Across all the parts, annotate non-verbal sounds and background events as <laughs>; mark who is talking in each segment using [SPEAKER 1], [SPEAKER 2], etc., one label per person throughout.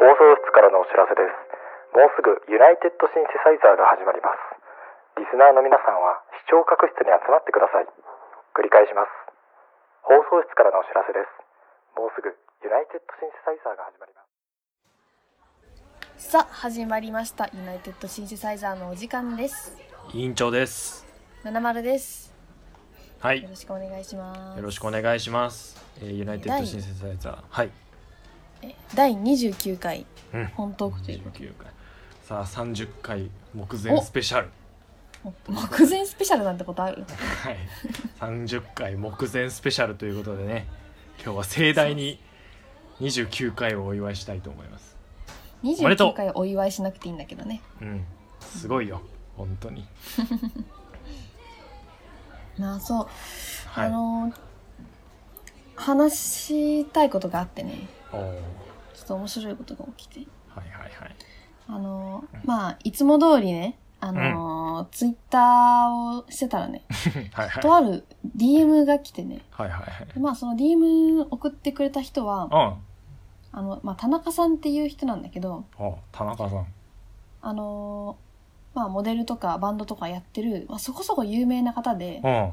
[SPEAKER 1] 放送室からのお知らせですもうすぐユナイテッドシンセサイザーが始まりますリスナーの皆さんは視聴覚室に集まってください繰り返します放送室からのお知らせですもうすぐユナイテッドシンセサイザーが始まります
[SPEAKER 2] さあ始まりましたユナイテッドシンセサイザーのお時間です
[SPEAKER 3] 委員長です。
[SPEAKER 2] 七丸です
[SPEAKER 3] はい
[SPEAKER 2] よ、ろしくお願いします
[SPEAKER 3] よろしくお願いします。えーユナイテッドシンセサイザー、はい、
[SPEAKER 2] え第29回
[SPEAKER 3] うん
[SPEAKER 2] 本トークということで
[SPEAKER 3] 29回。さあ、30回目前スペシャル。
[SPEAKER 2] 目前スペシャルなんてことある
[SPEAKER 3] はい、30回目前スペシャルということでね、今日は盛大に29回をお祝いしたいと思います。おめでと
[SPEAKER 2] 29
[SPEAKER 3] う
[SPEAKER 2] 回お祝いしなくていいんだけどね
[SPEAKER 3] うん、すごいよ、本当に。
[SPEAKER 2] まあそう、
[SPEAKER 3] は
[SPEAKER 2] あ
[SPEAKER 3] い。
[SPEAKER 2] のー話したいことがあってね
[SPEAKER 3] おーはい
[SPEAKER 2] ちょっと面白いことが起きて
[SPEAKER 3] はいはい。
[SPEAKER 2] あのーまあいつも通りねあのー、ツイッターをしてたらね、
[SPEAKER 3] はいはい。
[SPEAKER 2] とある DM が来てね、
[SPEAKER 3] はいはいはい。
[SPEAKER 2] でまあその DM 送ってくれた人は
[SPEAKER 3] う、ん。
[SPEAKER 2] あの、まあ田中さんっていう人なんだけど、
[SPEAKER 3] お田中さん。
[SPEAKER 2] あのーまあモデルとかバンドとかやってる、まあそこそこ有名な方で
[SPEAKER 3] う、ん。はい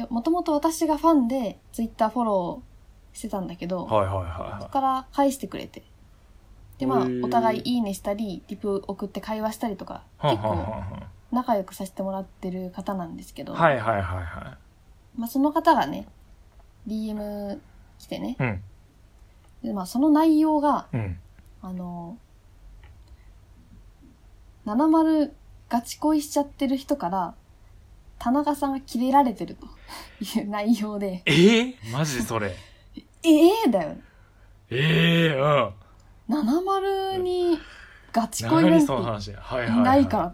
[SPEAKER 2] で、もともと私がファンでツイッターフォローしてたんだけど、
[SPEAKER 3] はいはい
[SPEAKER 2] そこ
[SPEAKER 3] は
[SPEAKER 2] から返してくれて。で、まあ
[SPEAKER 3] へー
[SPEAKER 2] お互いいいねしたり、リプ送って会話したりとか、
[SPEAKER 3] い。は
[SPEAKER 2] 結
[SPEAKER 3] んはん
[SPEAKER 2] 構
[SPEAKER 3] はんはん
[SPEAKER 2] 仲良くさせてもらってる方なんですけど、
[SPEAKER 3] はいはいはいは
[SPEAKER 2] まあその方がね、DM 来てね、
[SPEAKER 3] い。うん。
[SPEAKER 2] でまあその内容が、
[SPEAKER 3] うん。
[SPEAKER 2] あの、70ガチ恋しちゃってる人から、田中さんがキレられてるという内容で、
[SPEAKER 3] えー、マジそれ。
[SPEAKER 2] ええだよ。
[SPEAKER 3] ええうん。
[SPEAKER 2] 70にガチ恋な
[SPEAKER 3] 何その
[SPEAKER 2] ん
[SPEAKER 3] 話。はいはい、
[SPEAKER 2] て
[SPEAKER 3] はい。
[SPEAKER 2] いないから、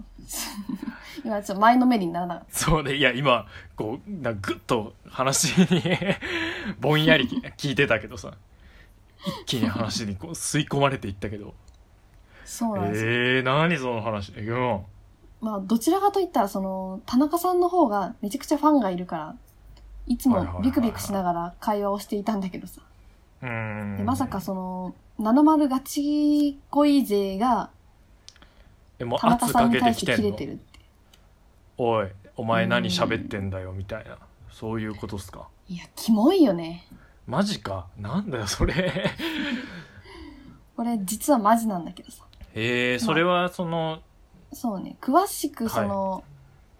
[SPEAKER 2] 今ちょっと前のめりにならなかっ
[SPEAKER 3] そうで、いや、今、こう、なんかぐっと話に、 <laughs> ぼんやり聞いてたけどさ、一気に話にこう吸い込まれていったけど、
[SPEAKER 2] た。そうなんですよ。
[SPEAKER 3] ええー、何その話。うん。は
[SPEAKER 2] まあ、どちらかといったら、その、田中さんの方がめちゃくちゃファンがいるから、いつ
[SPEAKER 3] はいはい
[SPEAKER 2] も
[SPEAKER 3] はいは
[SPEAKER 2] ビ
[SPEAKER 3] い
[SPEAKER 2] クビクしながら会話をしていたんだけどさ。
[SPEAKER 3] うー
[SPEAKER 2] で
[SPEAKER 3] ん。
[SPEAKER 2] まさかその、70ガチ恋勢が
[SPEAKER 3] でも
[SPEAKER 2] 田中
[SPEAKER 3] 圧
[SPEAKER 2] さ
[SPEAKER 3] か
[SPEAKER 2] んに
[SPEAKER 3] けて
[SPEAKER 2] 対
[SPEAKER 3] き
[SPEAKER 2] して
[SPEAKER 3] て
[SPEAKER 2] キ
[SPEAKER 3] ん
[SPEAKER 2] レ
[SPEAKER 3] の
[SPEAKER 2] て。るって。
[SPEAKER 3] おい、お前何喋ってんだよ、みたいな。そういうことっすか。
[SPEAKER 2] いや、キモいよね。
[SPEAKER 3] マジか。なんだよ、そ
[SPEAKER 2] <laughs>
[SPEAKER 3] れ。
[SPEAKER 2] これ実はマジなんだけどさ。
[SPEAKER 3] ええー、それは、その、
[SPEAKER 2] そうね、詳しくその、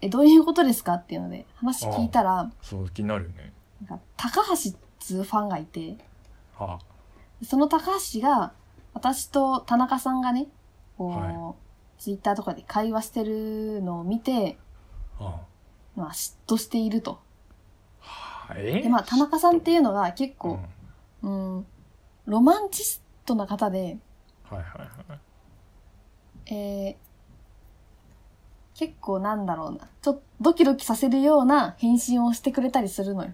[SPEAKER 2] え、どういうことですかっていうので話聞いたら、
[SPEAKER 3] そう、気になるよね。
[SPEAKER 2] なんか高橋っつうファンがいて、
[SPEAKER 3] は
[SPEAKER 2] その高橋が、私と田中さんがね、こう、
[SPEAKER 3] は
[SPEAKER 2] ツイッターとかで会話してるのを見て、
[SPEAKER 3] あ。はあ
[SPEAKER 2] まあ嫉妬していると。
[SPEAKER 3] え
[SPEAKER 2] で、まあ田中さんっていうのが結
[SPEAKER 3] うん
[SPEAKER 2] 構、うん、ロマンチストな方で、
[SPEAKER 3] はいはいはい
[SPEAKER 2] えー結構なんだろうな、ちょっとドキドキさせるような返信をしてくれたりするのよ。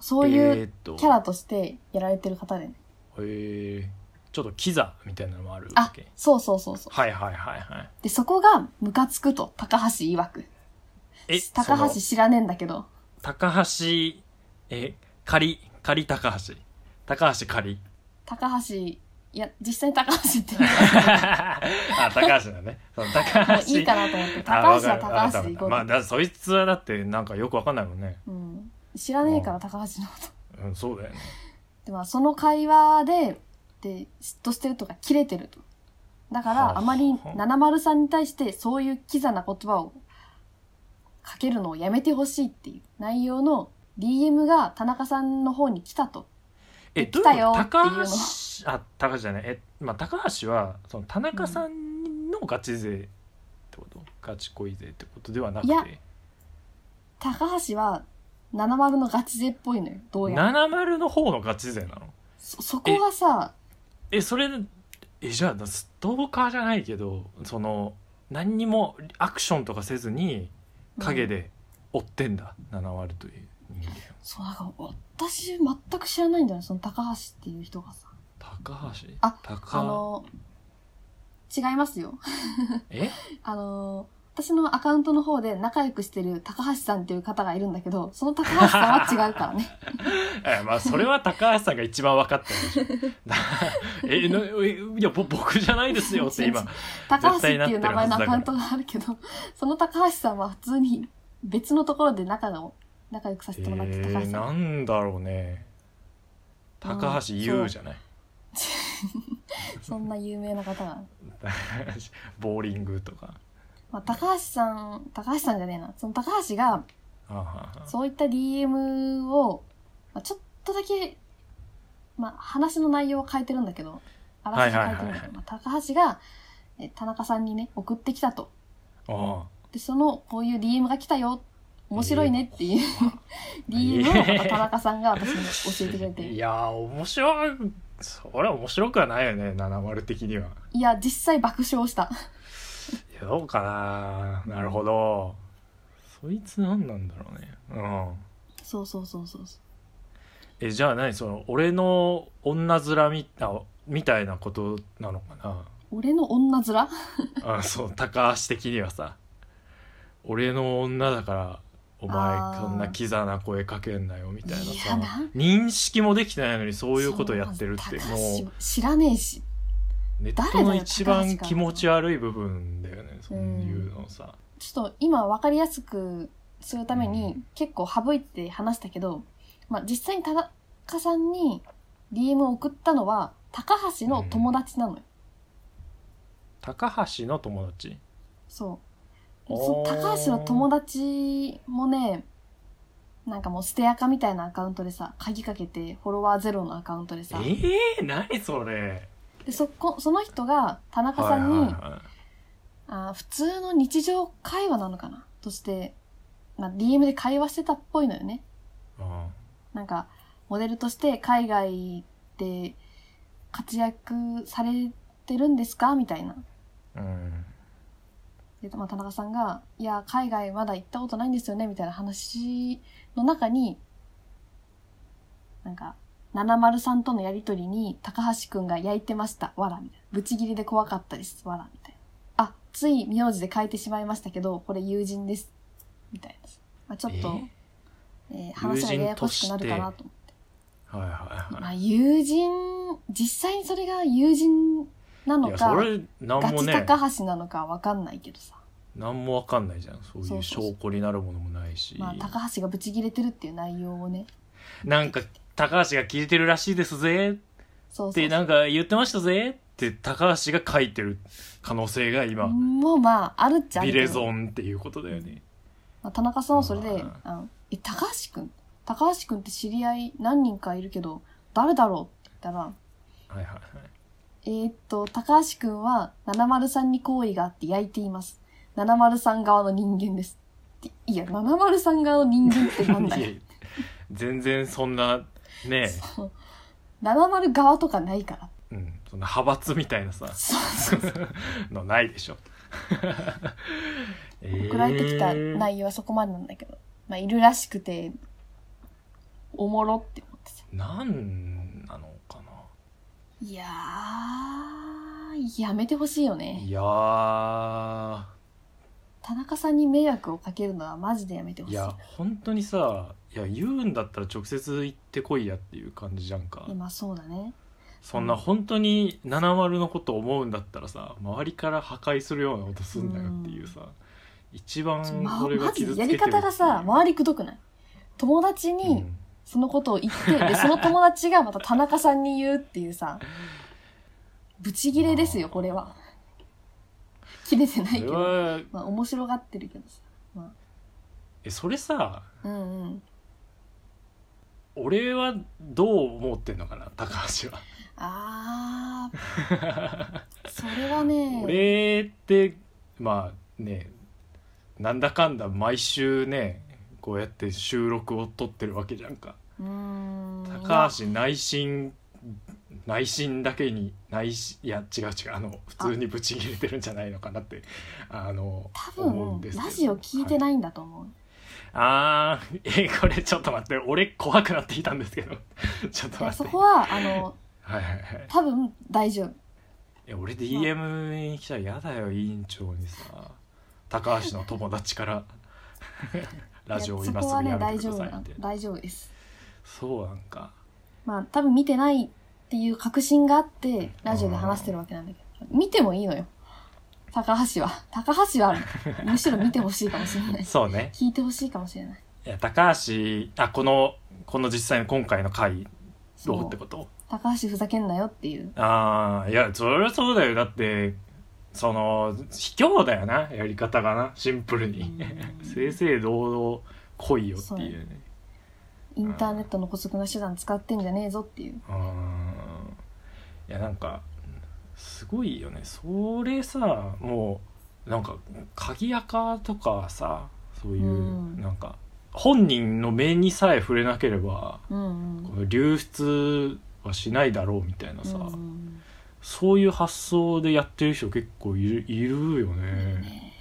[SPEAKER 2] そうい
[SPEAKER 3] えー
[SPEAKER 2] う
[SPEAKER 3] っと
[SPEAKER 2] キャラとしてやられてる方でね。
[SPEAKER 3] えー、ちょっとキザみたいなのもあるわ
[SPEAKER 2] あ
[SPEAKER 3] け、
[SPEAKER 2] そうそうそうそう。
[SPEAKER 3] はいはいはいはい
[SPEAKER 2] で、そこがムカつくと、高橋曰く。
[SPEAKER 3] え
[SPEAKER 2] 高橋
[SPEAKER 3] その
[SPEAKER 2] 知らねえんだけど。
[SPEAKER 3] 高橋え仮仮高橋高
[SPEAKER 2] <laughs>
[SPEAKER 3] 橋仮
[SPEAKER 2] 高橋、いや、実際に高橋って言
[SPEAKER 3] あ高橋だねその高
[SPEAKER 2] うのも
[SPEAKER 3] 橋
[SPEAKER 2] ういいかなと思って、
[SPEAKER 3] <laughs> あ
[SPEAKER 2] 高橋
[SPEAKER 3] わかる
[SPEAKER 2] は高橋で
[SPEAKER 3] わかったわ
[SPEAKER 2] 行
[SPEAKER 3] かっ
[SPEAKER 2] こ
[SPEAKER 3] た
[SPEAKER 2] う
[SPEAKER 3] ま
[SPEAKER 2] と
[SPEAKER 3] あだそいつはだってなんかよくわかんないもんね
[SPEAKER 2] うん。知らねえから高橋のこと。
[SPEAKER 3] うんそうだよね
[SPEAKER 2] でまあその会話でで嫉妬してるとか切れてるとだか
[SPEAKER 3] は
[SPEAKER 2] ら
[SPEAKER 3] あ
[SPEAKER 2] あまり
[SPEAKER 3] はあ
[SPEAKER 2] 七丸さんに対してそういうキザな言葉をかけるのをやめてほしいっていう内容の DM が田中さんの方に来たと
[SPEAKER 3] え
[SPEAKER 2] 来たよ
[SPEAKER 3] どういうこと
[SPEAKER 2] っていうの
[SPEAKER 3] 高橋あ高橋じゃないえまあ高橋はその田中さんのガチ勢ってこと、ガチ恋勢ってことではなく
[SPEAKER 2] いや
[SPEAKER 3] て
[SPEAKER 2] 高橋は七丸のガチ勢っぽいのよどうやら
[SPEAKER 3] 70の方のガチ勢なの
[SPEAKER 2] そそこがさ
[SPEAKER 3] えそれえじゃあストーカーじゃないけどその何にもアクションとかせずに影
[SPEAKER 2] うん
[SPEAKER 3] で追ってんだ、7割という人間を
[SPEAKER 2] そうなんか私全く知らないんだよねその高橋っていう人がさ
[SPEAKER 3] 高橋
[SPEAKER 2] あ
[SPEAKER 3] 高
[SPEAKER 2] あの違いますよ
[SPEAKER 3] え
[SPEAKER 2] あの、私のアカウントの方で仲良くしてる高橋さんっていう方がいるんだけど、その高橋さんは違うからね。
[SPEAKER 3] <laughs> えまあそれは高橋さんが一番分かってるでしょ <laughs> だえのえいやぼ僕じゃないですよっ
[SPEAKER 2] <laughs>
[SPEAKER 3] て今
[SPEAKER 2] 高橋っていう名前のアカウントがあるけど、その高橋さんは普通に別のところで仲の、仲良くさせ
[SPEAKER 3] え
[SPEAKER 2] てもらってる高橋
[SPEAKER 3] ー、
[SPEAKER 2] さん。
[SPEAKER 3] なんだろうね高橋優じゃない
[SPEAKER 2] そんな有名な方が。
[SPEAKER 3] 高橋 <laughs> ボーリングとか
[SPEAKER 2] まあ、高橋さん、高橋さんじゃねえな。その高橋が、
[SPEAKER 3] あはは
[SPEAKER 2] そういった DM を、まあ、ちょっとだけ、まあ、話の内容を変えてるんだけど、あらすじ変えてるんだ
[SPEAKER 3] はいはいはい
[SPEAKER 2] け
[SPEAKER 3] は
[SPEAKER 2] ど、まあ高橋が、え田中さんにね、送ってきたと。
[SPEAKER 3] あ
[SPEAKER 2] で、その、こういう DM が来たよ。面白いねっていう、 <laughs>
[SPEAKER 3] え
[SPEAKER 2] DM をまた田中さんが私に教えてくれ
[SPEAKER 3] あ
[SPEAKER 2] て。
[SPEAKER 3] いやー面白いそれは面白くはないよね七丸的にはい
[SPEAKER 2] や、実際爆笑した。
[SPEAKER 3] いやどうかななるほどそいつ何なんだろうねうん
[SPEAKER 2] そうそうそうそうそう。
[SPEAKER 3] えじゃあ何その俺の女面みたみたいなことなのか
[SPEAKER 2] 俺の女面
[SPEAKER 3] なあそう高橋的にはさ俺の女だからお
[SPEAKER 2] あー
[SPEAKER 3] 前そんなキザな声かけんなよみたいない
[SPEAKER 2] や
[SPEAKER 3] さ
[SPEAKER 2] な
[SPEAKER 3] 認識もできてないのにそういうことやってるって
[SPEAKER 2] そう
[SPEAKER 3] も
[SPEAKER 2] 高橋知らねえし。
[SPEAKER 3] うネッ
[SPEAKER 2] 誰
[SPEAKER 3] ト
[SPEAKER 2] だよ
[SPEAKER 3] の一
[SPEAKER 2] 高橋
[SPEAKER 3] 番
[SPEAKER 2] か
[SPEAKER 3] 気持ち悪い部分だよねそういうのさ、
[SPEAKER 2] ちょっと今分かりやすくするため
[SPEAKER 3] う
[SPEAKER 2] に結構省いて話したけど、まあ、実際に田中さんに DM を送ったのは高橋の友達なのよ。
[SPEAKER 3] 高橋の友達
[SPEAKER 2] そう。
[SPEAKER 3] おー
[SPEAKER 2] その高橋の友達もね、なんかもう捨てアカみたいなアカウントでさ、鍵かけてフォロワーゼロのアカウントで
[SPEAKER 3] え
[SPEAKER 2] さ、
[SPEAKER 3] ー、何それ
[SPEAKER 2] でそこその人が田中さんに、あー普通の日常会話なのかなとして、まあ、DM で会話してたっぽいのよね。
[SPEAKER 3] いうん
[SPEAKER 2] なんか、モデルとして海外で活躍されてるんですかみたいな。
[SPEAKER 3] うん
[SPEAKER 2] で、まあ、田中さんが、いや、海外まだ行ったことないんですよねみたいな話の中に、なんか、70さんとのやりとりに、高橋くんが焼いてました。わら、みたいな。ぶち切りで怖かったです。わら、みたいな。あ、つい名字で変えてしまいましたけど、これ友人です。みたいな。まあ、ちょっと、えー話がややこしくなるかなと思って。
[SPEAKER 3] はいはいはい
[SPEAKER 2] まあ、友人、実際にそれが友人ないの
[SPEAKER 3] や
[SPEAKER 2] か
[SPEAKER 3] そ、れ
[SPEAKER 2] ガ
[SPEAKER 3] 何も
[SPEAKER 2] チ
[SPEAKER 3] ね
[SPEAKER 2] 高橋なのかわかんないけどさ。
[SPEAKER 3] 何もわかんないじゃんそう
[SPEAKER 2] そ
[SPEAKER 3] いうう
[SPEAKER 2] そうそう
[SPEAKER 3] 証拠になるものもないし
[SPEAKER 2] まあ、高橋がブチ切れてるっていう内容をね。
[SPEAKER 3] なんか高橋が聞いてるらしいですぜ
[SPEAKER 2] そうそ
[SPEAKER 3] っ
[SPEAKER 2] う
[SPEAKER 3] て
[SPEAKER 2] そ
[SPEAKER 3] な
[SPEAKER 2] う。
[SPEAKER 3] んか言ってましたぜって高橋が書いてる可能性が今
[SPEAKER 2] もうまあ、あるっちゃある
[SPEAKER 3] ビ
[SPEAKER 2] け
[SPEAKER 3] レ
[SPEAKER 2] ど。
[SPEAKER 3] ゾンっていうことだよね
[SPEAKER 2] まあ、田中さんはそれで
[SPEAKER 3] あー、
[SPEAKER 2] あのえ、高橋くん高橋くんって知り合い何人かいるけど、誰だろうって言ったら、
[SPEAKER 3] はいはいはい
[SPEAKER 2] えーっと、高橋くんは703に好意があって焼いています。703側の人間です。っていや、703側の人間ってなんだ
[SPEAKER 3] い
[SPEAKER 2] よ
[SPEAKER 3] や。全然そんなね
[SPEAKER 2] そう70側とかないから。
[SPEAKER 3] うん、そんな派閥みたい
[SPEAKER 2] <laughs>
[SPEAKER 3] なさ
[SPEAKER 2] そうそうそう。
[SPEAKER 3] のないでしょ送
[SPEAKER 2] <laughs> 送られてきた内容はそこまでなんだけど。まあ、いるらしくて、おもろって思ってさ。
[SPEAKER 3] なんなのかない
[SPEAKER 2] やー、やめてほしいよね。
[SPEAKER 3] いやー
[SPEAKER 2] 田中さんに迷惑をかけるのはマジでやめてほし
[SPEAKER 3] い
[SPEAKER 2] い。
[SPEAKER 3] や本当にさいや言うんだったら直接行ってこいやっていう感じじゃんか
[SPEAKER 2] いやまあそうだね。
[SPEAKER 3] そんな本当に七丸のこと思うんだったらさ周りから破壊するようなことすんなよっていうさ、一番
[SPEAKER 2] ま、
[SPEAKER 3] それが
[SPEAKER 2] マジ
[SPEAKER 3] 傷
[SPEAKER 2] で
[SPEAKER 3] つけ
[SPEAKER 2] や
[SPEAKER 3] てる
[SPEAKER 2] り方がさ、
[SPEAKER 3] 周
[SPEAKER 2] 周りくどくない友達
[SPEAKER 3] り
[SPEAKER 2] にそのことを言って、で、その友達がまた田中さんに言うっていうさ、ブチギレですよ、これは。切れてない
[SPEAKER 3] そ
[SPEAKER 2] け
[SPEAKER 3] れ
[SPEAKER 2] ど。
[SPEAKER 3] は
[SPEAKER 2] まあ面白がってるけどさ。
[SPEAKER 3] えそれさ
[SPEAKER 2] うんうん。
[SPEAKER 3] 俺はどう思ってんのかな高橋は
[SPEAKER 2] あ
[SPEAKER 3] <laughs>
[SPEAKER 2] あ、それはね、
[SPEAKER 3] 俺ってまあねなんだかんだ毎週ねこうやって収録を撮ってるわけじゃんか
[SPEAKER 2] うーん。
[SPEAKER 3] 高橋内心内心だけに内心いや違う違うあの普通にブチ切れてるんじゃないのかなってあの
[SPEAKER 2] 多
[SPEAKER 3] 思う
[SPEAKER 2] 分
[SPEAKER 3] んですけど
[SPEAKER 2] ラジオ聞いて
[SPEAKER 3] はい
[SPEAKER 2] ないんだと思う。
[SPEAKER 3] あーえこれちょっと待って俺怖くなってきたんですけど <laughs> ちょっと
[SPEAKER 2] いや
[SPEAKER 3] 待
[SPEAKER 2] そ
[SPEAKER 3] って
[SPEAKER 2] こはあの
[SPEAKER 3] はいはいはい
[SPEAKER 2] 多分大丈夫。
[SPEAKER 3] え俺 DM に来たら嫌だよ委員長にさ高橋の友達から
[SPEAKER 2] <laughs>
[SPEAKER 3] ラジオを今す
[SPEAKER 2] そこは
[SPEAKER 3] ぐ
[SPEAKER 2] ね
[SPEAKER 3] やめ
[SPEAKER 2] 大
[SPEAKER 3] て
[SPEAKER 2] 丈夫
[SPEAKER 3] ください
[SPEAKER 2] な
[SPEAKER 3] って
[SPEAKER 2] 大丈夫です
[SPEAKER 3] そうなんか
[SPEAKER 2] まあ多分見てないっていう確信があってラジオで話してるわけなんだけど見てもいいのよ高橋は高橋
[SPEAKER 3] <laughs>
[SPEAKER 2] はむしろ見てほしいかもしれない
[SPEAKER 3] そうね
[SPEAKER 2] 聞いてほしいかもしれない
[SPEAKER 3] いや高橋あこのこの実際の今回の回
[SPEAKER 2] そ
[SPEAKER 3] どうっ
[SPEAKER 2] う
[SPEAKER 3] てこと
[SPEAKER 2] 高橋ふざけんなよっていう
[SPEAKER 3] ああいやそりゃそうだよだってその卑怯だよなやり方がなシンプルに正々堂々来いよっていうね
[SPEAKER 2] インターネットの補足な手段使ってんじゃねえぞっていう
[SPEAKER 3] うーんいやなんかすごいよねそれさもうなんか鍵垢とかさそういう、
[SPEAKER 2] うん
[SPEAKER 3] なんか本人の目にさえ触れなければ
[SPEAKER 2] うんうん
[SPEAKER 3] この流出はしないだろうみたいなさ、
[SPEAKER 2] うん
[SPEAKER 3] そういう発想でやってる人結構いるいるよね。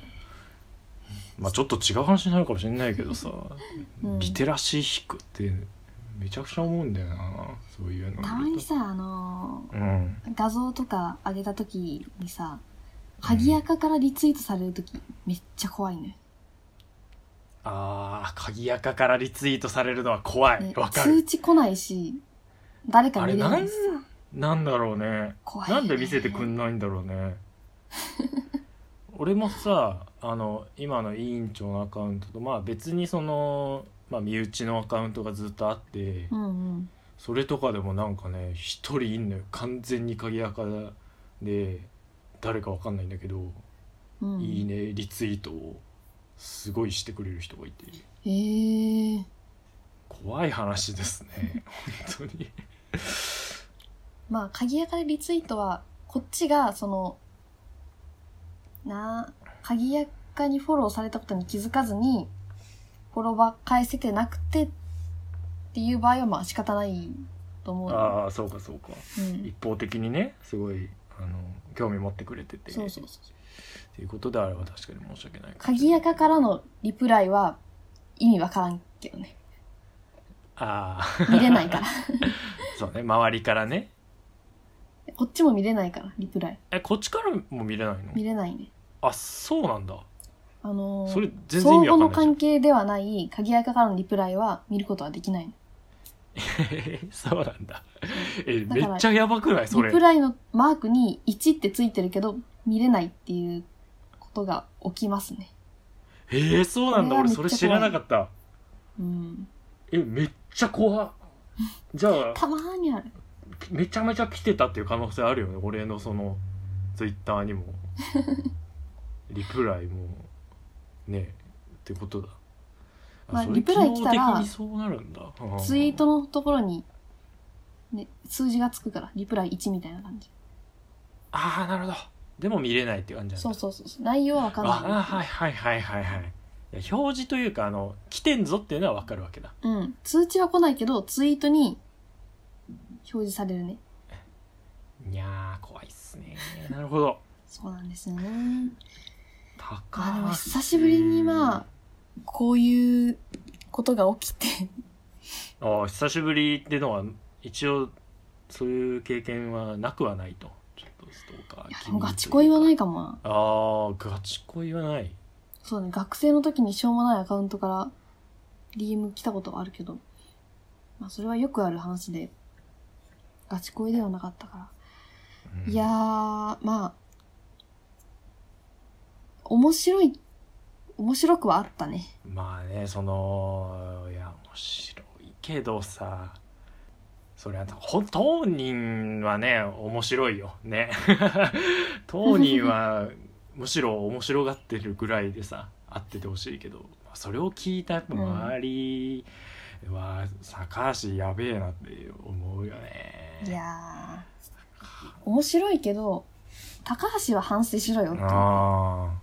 [SPEAKER 3] まあちょっと違う話になるかもしれないけどさ、
[SPEAKER 2] うん
[SPEAKER 3] リテラシー低ってめちゃくちゃ思うんだよなそういうの見ると
[SPEAKER 2] たまにさあの
[SPEAKER 3] うん
[SPEAKER 2] ー画像とか上げた時にさ鍵垢からリツイートされる時めっちゃ怖いのよ
[SPEAKER 3] ああ鍵垢からリツイートされるのは怖い
[SPEAKER 2] ね
[SPEAKER 3] わか
[SPEAKER 2] 通
[SPEAKER 3] る
[SPEAKER 2] 知来ないし誰か
[SPEAKER 3] あ
[SPEAKER 2] 見
[SPEAKER 3] れ
[SPEAKER 2] れ
[SPEAKER 3] な
[SPEAKER 2] ない
[SPEAKER 3] ん
[SPEAKER 2] し
[SPEAKER 3] なんだろうね
[SPEAKER 2] 怖いよ
[SPEAKER 3] な
[SPEAKER 2] ね
[SPEAKER 3] んで見せてくんないんだろうね <laughs> 俺もさあの今の委員長のアカウントとまあ別にその、まあ、身内のアカウントがずっとあって、
[SPEAKER 2] うんうん
[SPEAKER 3] それとかでもなんかね一人いんのよ完全に鍵垢で誰かわかんないんだけど、
[SPEAKER 2] うん
[SPEAKER 3] いいねリツイートをすごいしてくれる人がいて
[SPEAKER 2] えー、
[SPEAKER 3] 怖い話ですね本当に
[SPEAKER 2] まあ鍵垢でリツイートはこっちがそのなあ鍵垢にフォローされたことに気づかずにフォロワー返せてなくてっていう場合はまあ仕方ないと思うよ、
[SPEAKER 3] ああそうかそうか
[SPEAKER 2] うん、
[SPEAKER 3] 一方的にねすごいあの興味持ってくれてて
[SPEAKER 2] そうそうそう
[SPEAKER 3] っていうことであれば確かに申し訳ないかもし
[SPEAKER 2] 鍵
[SPEAKER 3] れない
[SPEAKER 2] 垢からのリプライは意味わからんけどね
[SPEAKER 3] あ
[SPEAKER 2] 見れないから
[SPEAKER 3] <laughs> あそうね周りからね
[SPEAKER 2] こっちも見れないからリプライ
[SPEAKER 3] えこっちからも見れないの
[SPEAKER 2] 見れないね
[SPEAKER 3] あそうなんだ
[SPEAKER 2] あのー
[SPEAKER 3] それ全然意
[SPEAKER 2] 相
[SPEAKER 3] 味わ
[SPEAKER 2] 互
[SPEAKER 3] か
[SPEAKER 2] の
[SPEAKER 3] んないじゃ
[SPEAKER 2] 関
[SPEAKER 3] ん
[SPEAKER 2] 係ではない鍵垢からのリプライは見ることはできないの
[SPEAKER 3] <laughs> そうなんだえ
[SPEAKER 2] だ
[SPEAKER 3] め
[SPEAKER 2] か
[SPEAKER 3] っ
[SPEAKER 2] ら
[SPEAKER 3] ちゃやばくないそれ
[SPEAKER 2] リプライのマークに1ってついてるけど見れないっていうことが起きますね
[SPEAKER 3] えー、そうなんだ
[SPEAKER 2] これはめっ
[SPEAKER 3] 俺
[SPEAKER 2] ちゃ
[SPEAKER 3] それ知らなかった
[SPEAKER 2] うん
[SPEAKER 3] えめっちゃ怖っじゃあ
[SPEAKER 2] たまーにある
[SPEAKER 3] めちゃめちゃ来てたっていう可能性あるよね俺のそのツイッター
[SPEAKER 2] <laughs>
[SPEAKER 3] にもリプライもねってことだ
[SPEAKER 2] まあ
[SPEAKER 3] それ
[SPEAKER 2] リプライ来たら
[SPEAKER 3] 機能的にそうなるんだうん
[SPEAKER 2] ツイートのところに、ね、数字がつくからリプライ1みたいな感じ
[SPEAKER 3] ああなるほどでも見れないっていう感じなんだ
[SPEAKER 2] そうそうそうそう内容はわかん
[SPEAKER 3] ああー
[SPEAKER 2] な
[SPEAKER 3] はいはいはいはいはいいや表示というかあの来てんぞっていうのは分かるわけだ
[SPEAKER 2] いうん通知は来ないけどツイートに表示されるね
[SPEAKER 3] いやー怖いっすねなるほど
[SPEAKER 2] そうなんですよね
[SPEAKER 3] 高
[SPEAKER 2] あでも久しぶりにまあこういうことが起きて
[SPEAKER 3] ああ久しぶりってのは一応そういう経験はなくはないとちょっとストーカー
[SPEAKER 2] いやで
[SPEAKER 3] 気
[SPEAKER 2] も
[SPEAKER 3] 味
[SPEAKER 2] ガチ恋はないいかもな
[SPEAKER 3] ああガチ恋はない
[SPEAKER 2] そうね、学生の時にしょうもないアカウントから DM 来たことがあるけど、まあそれはよくある話で、ガチ恋ではなかったから。
[SPEAKER 3] うん
[SPEAKER 2] いやー、まあ、面白い、面白くはあったね。
[SPEAKER 3] まあねそのいや面白いけどさそれはほん当人はね面白いよね <laughs> 当人はむしろ面白がってるぐらいでさ会っててほしいけどそれを聞いたやっぱ周りは、高橋やべえなって思うよね
[SPEAKER 2] いやー、面白いけど、高橋は反省しろよって。
[SPEAKER 3] ああ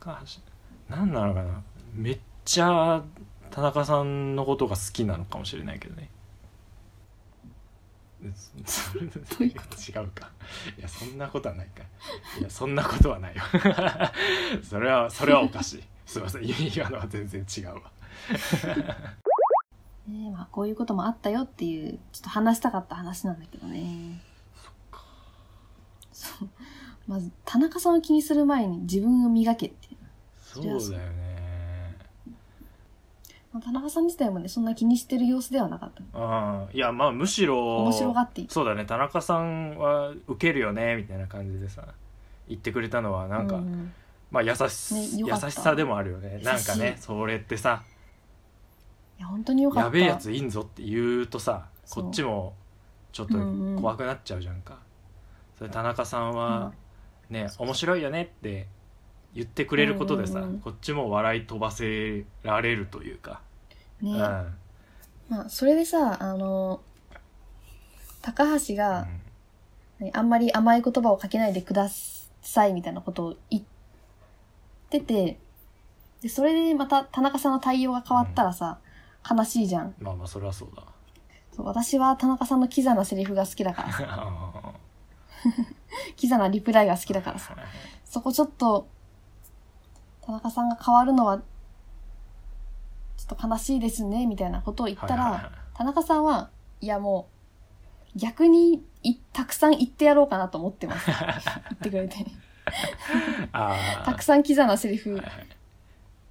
[SPEAKER 3] 高橋何なのかなめっちゃ田中さんのことが好きなのかもしれないけどねそれ
[SPEAKER 2] ういうこ
[SPEAKER 3] <laughs> 違うかいやそんなことはないかいやそんなことはないよ <laughs> それはそれはおかしいすいません今のは全然違うわ
[SPEAKER 2] ねえまあこういうこともあったよっていう、ちょっと話したかった話なんだけどね。
[SPEAKER 3] そっか
[SPEAKER 2] そう。まず、田中さんを気にする前に自分を磨けって。
[SPEAKER 3] そうだよね
[SPEAKER 2] まあ田中さん自体もねそんな気にしてる様子ではなかった
[SPEAKER 3] ああいやまあむしろ
[SPEAKER 2] 面白がっていた
[SPEAKER 3] そうだね田中さんは受けるよねみたいな感じでさ言ってくれたのはなんか、
[SPEAKER 2] ううん
[SPEAKER 3] まあ優し,、
[SPEAKER 2] ねよ
[SPEAKER 3] 優
[SPEAKER 2] かった
[SPEAKER 3] しさでもあるよね
[SPEAKER 2] 優しい
[SPEAKER 3] なんかねそれってさ
[SPEAKER 2] いや本当によかった
[SPEAKER 3] やべえやついんぞって言うとさ
[SPEAKER 2] そう
[SPEAKER 3] こっちもちょっと
[SPEAKER 2] うんうん
[SPEAKER 3] 怖くなっちゃうじゃんか、それ田中さん
[SPEAKER 2] うん
[SPEAKER 3] はね、面白いよねって言ってくれることでさ、
[SPEAKER 2] うんうんうん
[SPEAKER 3] こっちも笑い飛ばせられるというか、
[SPEAKER 2] ね、
[SPEAKER 3] うん、
[SPEAKER 2] まあそれでさあの高橋が、ねあんまり甘い言葉をかけないでくださいみたいなことを言っててでそれでまた田中さんの対応が変わったらさ、悲しいじゃん
[SPEAKER 3] うんまあまあそれはそう
[SPEAKER 2] <laughs>
[SPEAKER 3] だ
[SPEAKER 2] そう私は田中さんのキザなセリフが好きだから
[SPEAKER 3] <laughs>
[SPEAKER 2] さ
[SPEAKER 3] あ
[SPEAKER 2] キザなリプライが好きだからさ
[SPEAKER 3] ー
[SPEAKER 2] そこちょっと田中さんが変わるのはちょっと悲しいですねみたいなことを言ったら、
[SPEAKER 3] はいはいはい
[SPEAKER 2] 田中さんはいやもう逆にいたくさん言ってやろうかなと思って
[SPEAKER 3] <laughs>
[SPEAKER 2] ます言ってくれて
[SPEAKER 3] あ
[SPEAKER 2] たくさんキザなセリ
[SPEAKER 3] ん
[SPEAKER 2] フ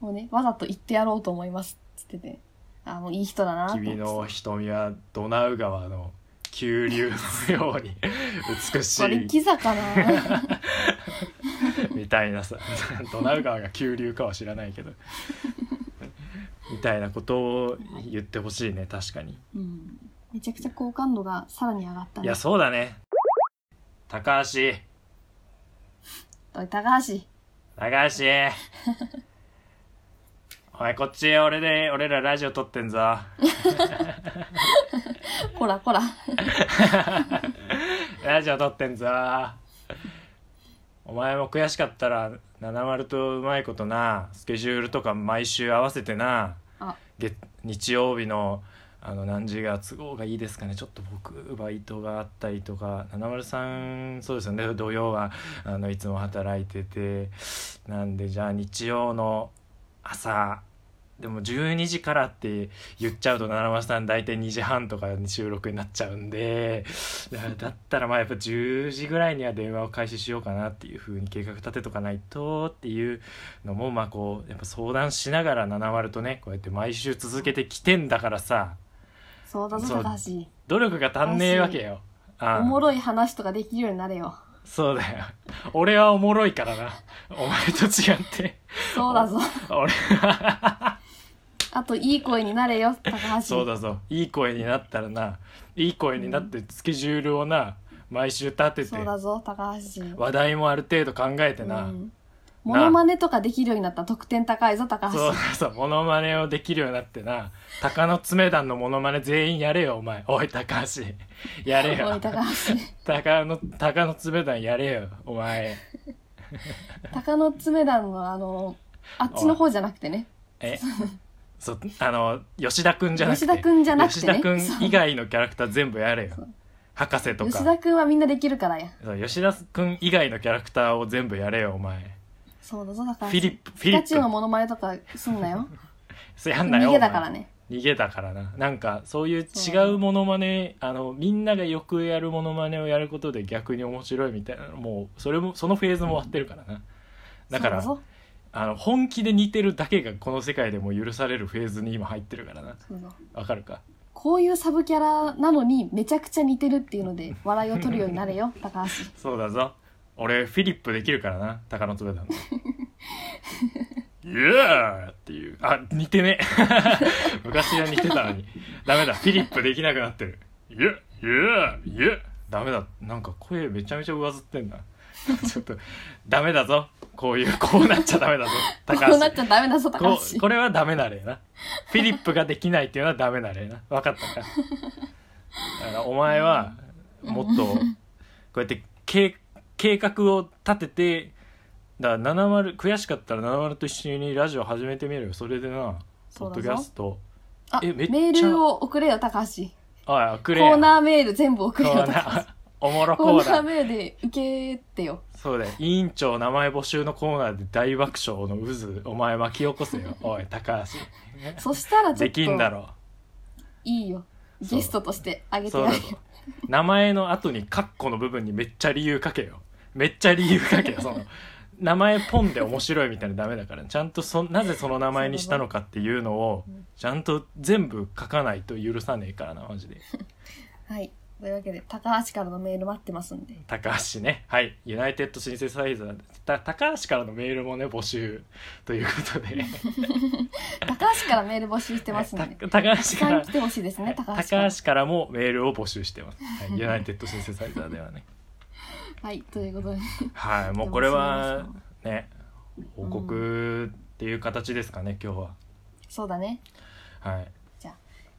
[SPEAKER 2] をねわざと言ってやろうと思いますっつっててあーもういい人だなと思って
[SPEAKER 3] 君の瞳はドナウ川の急流のように美し
[SPEAKER 2] これ
[SPEAKER 3] い
[SPEAKER 2] キザか
[SPEAKER 3] <laughs>
[SPEAKER 2] な
[SPEAKER 3] みたいなさ <laughs> ドナウ川が急流かは知らないけどみたいなことを言ってほしいね確かに
[SPEAKER 2] うんめちゃくちゃ好感度がさらに上がった
[SPEAKER 3] い
[SPEAKER 2] ね
[SPEAKER 3] やそうだね高橋
[SPEAKER 2] おい高橋
[SPEAKER 3] 高橋お前こっち俺で俺らラジオ撮ってんぞ
[SPEAKER 2] こらこら
[SPEAKER 3] ラジオ撮ってんぞお前も悔しかったら七丸とうまいことなスケジュールとか毎週合わせてな
[SPEAKER 2] あ
[SPEAKER 3] 月日曜日のあの何時が都合がいいですかねちょっと僕バイトがあったりとか七丸さんそうですよね <laughs> 土曜はあのいつも働いててなんでじゃあ日曜の朝でも12時からって言っちゃうと七丸さん大体2時半とかに収録になっちゃうんでだだったらまあやっぱ10時ぐらいには電話を開始しようかなっていうふうに計画立てとかないとっていうのもまあこうやっぱ相談しながら七丸とねこうやって毎週続けてきてんだからさ
[SPEAKER 2] そうだぞ
[SPEAKER 3] そう
[SPEAKER 2] 高橋
[SPEAKER 3] 努力が足んねえわけよ。
[SPEAKER 2] お
[SPEAKER 3] ああ
[SPEAKER 2] もろい話とかできるようになれよ
[SPEAKER 3] そうだよ。俺はおもろいからな。お前と違って。
[SPEAKER 2] そうだぞ
[SPEAKER 3] 俺は。
[SPEAKER 2] あといい声になれよ高橋
[SPEAKER 3] そうだぞいい声になったらないい声になってスケジュールをな毎週立てて
[SPEAKER 2] そうだぞ高橋
[SPEAKER 3] 話題もある程度考えてな、
[SPEAKER 2] うんモノマネとかできるようになったら得点高いぞ高
[SPEAKER 3] そう
[SPEAKER 2] 橋
[SPEAKER 3] そうモノマネをできるようになってな鷹の爪団のモノマネ全員やれよお前おい高橋やれ
[SPEAKER 2] おい
[SPEAKER 3] よ
[SPEAKER 2] 高橋
[SPEAKER 3] 鷹の鷹の爪団やれよお前
[SPEAKER 2] 鷹の爪団のあのあっちの方じゃなくてね
[SPEAKER 3] え
[SPEAKER 2] <laughs>
[SPEAKER 3] そあの吉田くんじゃなくて
[SPEAKER 2] 吉田くんじゃなくてね
[SPEAKER 3] 吉田くん以外のキャラクター全部やれよ
[SPEAKER 2] そう
[SPEAKER 3] 博士とか
[SPEAKER 2] 吉田くんはみんなできるからや
[SPEAKER 3] そう吉田くん以外のキャラクターを全部やれよお前
[SPEAKER 2] そうだぞ高橋
[SPEAKER 3] フィリップフィ
[SPEAKER 2] ピ
[SPEAKER 3] リ
[SPEAKER 2] カ
[SPEAKER 3] ッ
[SPEAKER 2] チュウの
[SPEAKER 3] プ
[SPEAKER 2] モノマネとかすんなよ
[SPEAKER 3] そうやんなよ
[SPEAKER 2] 逃げだ
[SPEAKER 3] お前
[SPEAKER 2] からね
[SPEAKER 3] 逃げだからななんかそういう
[SPEAKER 2] そうだ
[SPEAKER 3] 違うモノマネあのみんながよくやるモノマネをやることで逆に面白いみたいなのもうそれもそのフェーズも終わってるからなだから
[SPEAKER 2] そうだぞ
[SPEAKER 3] あの本気で似てるだけがこの世界でも許されるフェーズに今入ってるからな
[SPEAKER 2] そうだぞ
[SPEAKER 3] わかるか
[SPEAKER 2] こういうサブキャラなのにめちゃくちゃ似てるっていうので笑いを取るようになれよ高橋
[SPEAKER 3] そうだぞ俺フィリップできるからな鷹
[SPEAKER 2] <laughs>
[SPEAKER 3] の爪だのイエーっていうあ似てね <laughs> え昔は似てたのにダメだフィリップできなくなってるイエーイエーイエーダメだなんか声めちゃめちゃ上ずってんな <laughs> ちょっとダメだぞこういうこうなっちゃダメだぞ高橋
[SPEAKER 2] こうなっちゃダメだぞ高
[SPEAKER 3] こ
[SPEAKER 2] 橋
[SPEAKER 3] これはダメな例なフィリップができないっていうのはダメな例な分かったかだからお前はもっとこうやって計計画を立ててだから70悔しかったら70と一緒にラジオ始めてみるよそれでなポ
[SPEAKER 2] そう
[SPEAKER 3] ッ
[SPEAKER 2] だぞ
[SPEAKER 3] ドキャスト
[SPEAKER 2] あ
[SPEAKER 3] えめっちゃ
[SPEAKER 2] メールを送れよ高橋
[SPEAKER 3] ああくれ
[SPEAKER 2] コーナーメール全部送れ <laughs>
[SPEAKER 3] コ
[SPEAKER 2] よ
[SPEAKER 3] ーナ
[SPEAKER 2] 高橋
[SPEAKER 3] ーおもろ
[SPEAKER 2] コ
[SPEAKER 3] コ
[SPEAKER 2] ー
[SPEAKER 3] ー
[SPEAKER 2] ナ
[SPEAKER 3] ナ
[SPEAKER 2] ー
[SPEAKER 3] ー
[SPEAKER 2] メールで受けてよ
[SPEAKER 3] そうだよ委員長名前募集のコーナーで大爆笑の渦お前巻き起こせよおい高橋
[SPEAKER 2] そしたらちょっ
[SPEAKER 3] できんだ
[SPEAKER 2] と
[SPEAKER 3] ろ
[SPEAKER 2] いいよ
[SPEAKER 3] そう
[SPEAKER 2] ゲストとしてあげて
[SPEAKER 3] そう
[SPEAKER 2] や
[SPEAKER 3] だ <laughs>
[SPEAKER 2] る
[SPEAKER 3] ぞ名前の後にカッコの部分にめっちゃ理由書けよめっちゃ理由書けよその名前ポンで面白いみたいなのダメだからちゃんとそなぜその名前にしたのかっていうのを
[SPEAKER 2] うん
[SPEAKER 3] ちゃんと全部書かないと許さねえからなマジで
[SPEAKER 2] はい。というわけで、高橋からのメール待ってますんで。
[SPEAKER 3] 高橋ねはいユナイテッドシンセサイザーた高橋からのメールもね募集ということで
[SPEAKER 2] 高橋からメール募集してますんで。
[SPEAKER 3] た高
[SPEAKER 2] た
[SPEAKER 3] 橋
[SPEAKER 2] く
[SPEAKER 3] か
[SPEAKER 2] さん
[SPEAKER 3] ら
[SPEAKER 2] 来てほしいですね、高橋から
[SPEAKER 3] 高。橋からもメールを募集してます、はいユナイテッドシンセサイザーではね
[SPEAKER 2] はい、ということで。
[SPEAKER 3] はいもうこれはね報告っていう形ですかね今日は
[SPEAKER 2] そうだね。
[SPEAKER 3] はい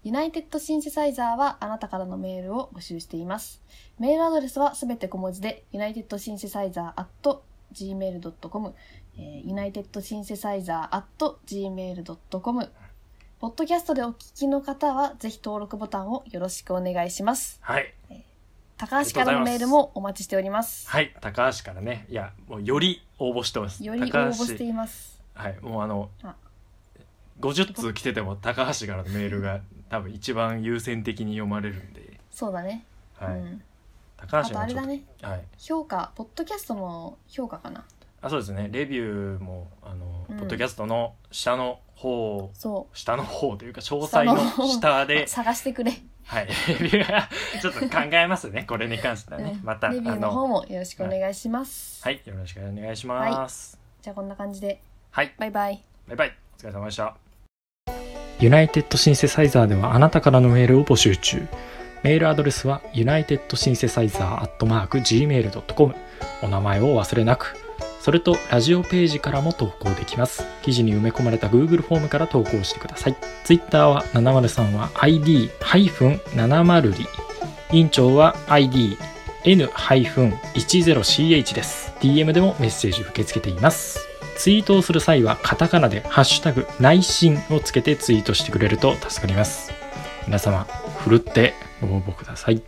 [SPEAKER 2] ユナイテッドシンセサイザーはあなたからのメールを募集しています。メールアドレスはすべて小文字で、ユナイテッドシンセサイザー at gmail.com、ユナイテッドシンセサイザー at gmail.com。ポッドキャストでお聞きの方は、ぜひ登録ボタンをよろしくお願いします。
[SPEAKER 3] はい
[SPEAKER 2] 高橋からのメールもお待ちしております。
[SPEAKER 3] はい、高橋からね、いや、もうより応募してます。
[SPEAKER 2] より応
[SPEAKER 3] 高
[SPEAKER 2] 募
[SPEAKER 3] 橋
[SPEAKER 2] しています。
[SPEAKER 3] はい、もうあの
[SPEAKER 2] あ。
[SPEAKER 3] 50通来てても高橋からのメー
[SPEAKER 2] <laughs>
[SPEAKER 3] ルが多分一番優先的に読まれるんで、
[SPEAKER 2] そうだね。
[SPEAKER 3] はい、
[SPEAKER 2] うん、
[SPEAKER 3] 高
[SPEAKER 2] あ
[SPEAKER 3] 橋
[SPEAKER 2] と
[SPEAKER 3] も
[SPEAKER 2] あ
[SPEAKER 3] ち
[SPEAKER 2] れ
[SPEAKER 3] ょっ
[SPEAKER 2] だ
[SPEAKER 3] と、
[SPEAKER 2] ね。
[SPEAKER 3] はい、
[SPEAKER 2] 評価、ポッドキャストの評価かな。
[SPEAKER 3] あ、そうですね、レビューもあの、
[SPEAKER 2] うん
[SPEAKER 3] ポッドキャストの下の方、
[SPEAKER 2] そ
[SPEAKER 3] 下の方というか詳細の
[SPEAKER 2] 下の方
[SPEAKER 3] 下
[SPEAKER 2] う。
[SPEAKER 3] で、
[SPEAKER 2] 探してくれ。
[SPEAKER 3] はい、 <laughs> レビューちょっと考えますね、これに関してはね
[SPEAKER 2] う、ん
[SPEAKER 3] またあ
[SPEAKER 2] レビューの方
[SPEAKER 3] の、
[SPEAKER 2] もよろしくお願いします。
[SPEAKER 3] はい、よろしくお願いします。
[SPEAKER 2] じゃあこんな感じで、
[SPEAKER 3] はい
[SPEAKER 2] バイバイ。
[SPEAKER 3] バイバイ。お疲れ様でした。ユナイテッドシンセサイザーではあなたからのメールを募集中。メールアドレスは unitedsynthesizer.gmail.com お名前をお忘れなく。それと、ラジオページからも投稿できます。記事に埋め込まれた Google フォームから投稿してください。Twitter は703は ID-70 里。委員長は ID N-10CH です。DM でもメッセージ受け付けています。ツイートをする際はカタカナで「ハッシュタグ内心」をつけてツイートしてくれると助かります皆様ふるってご応募ください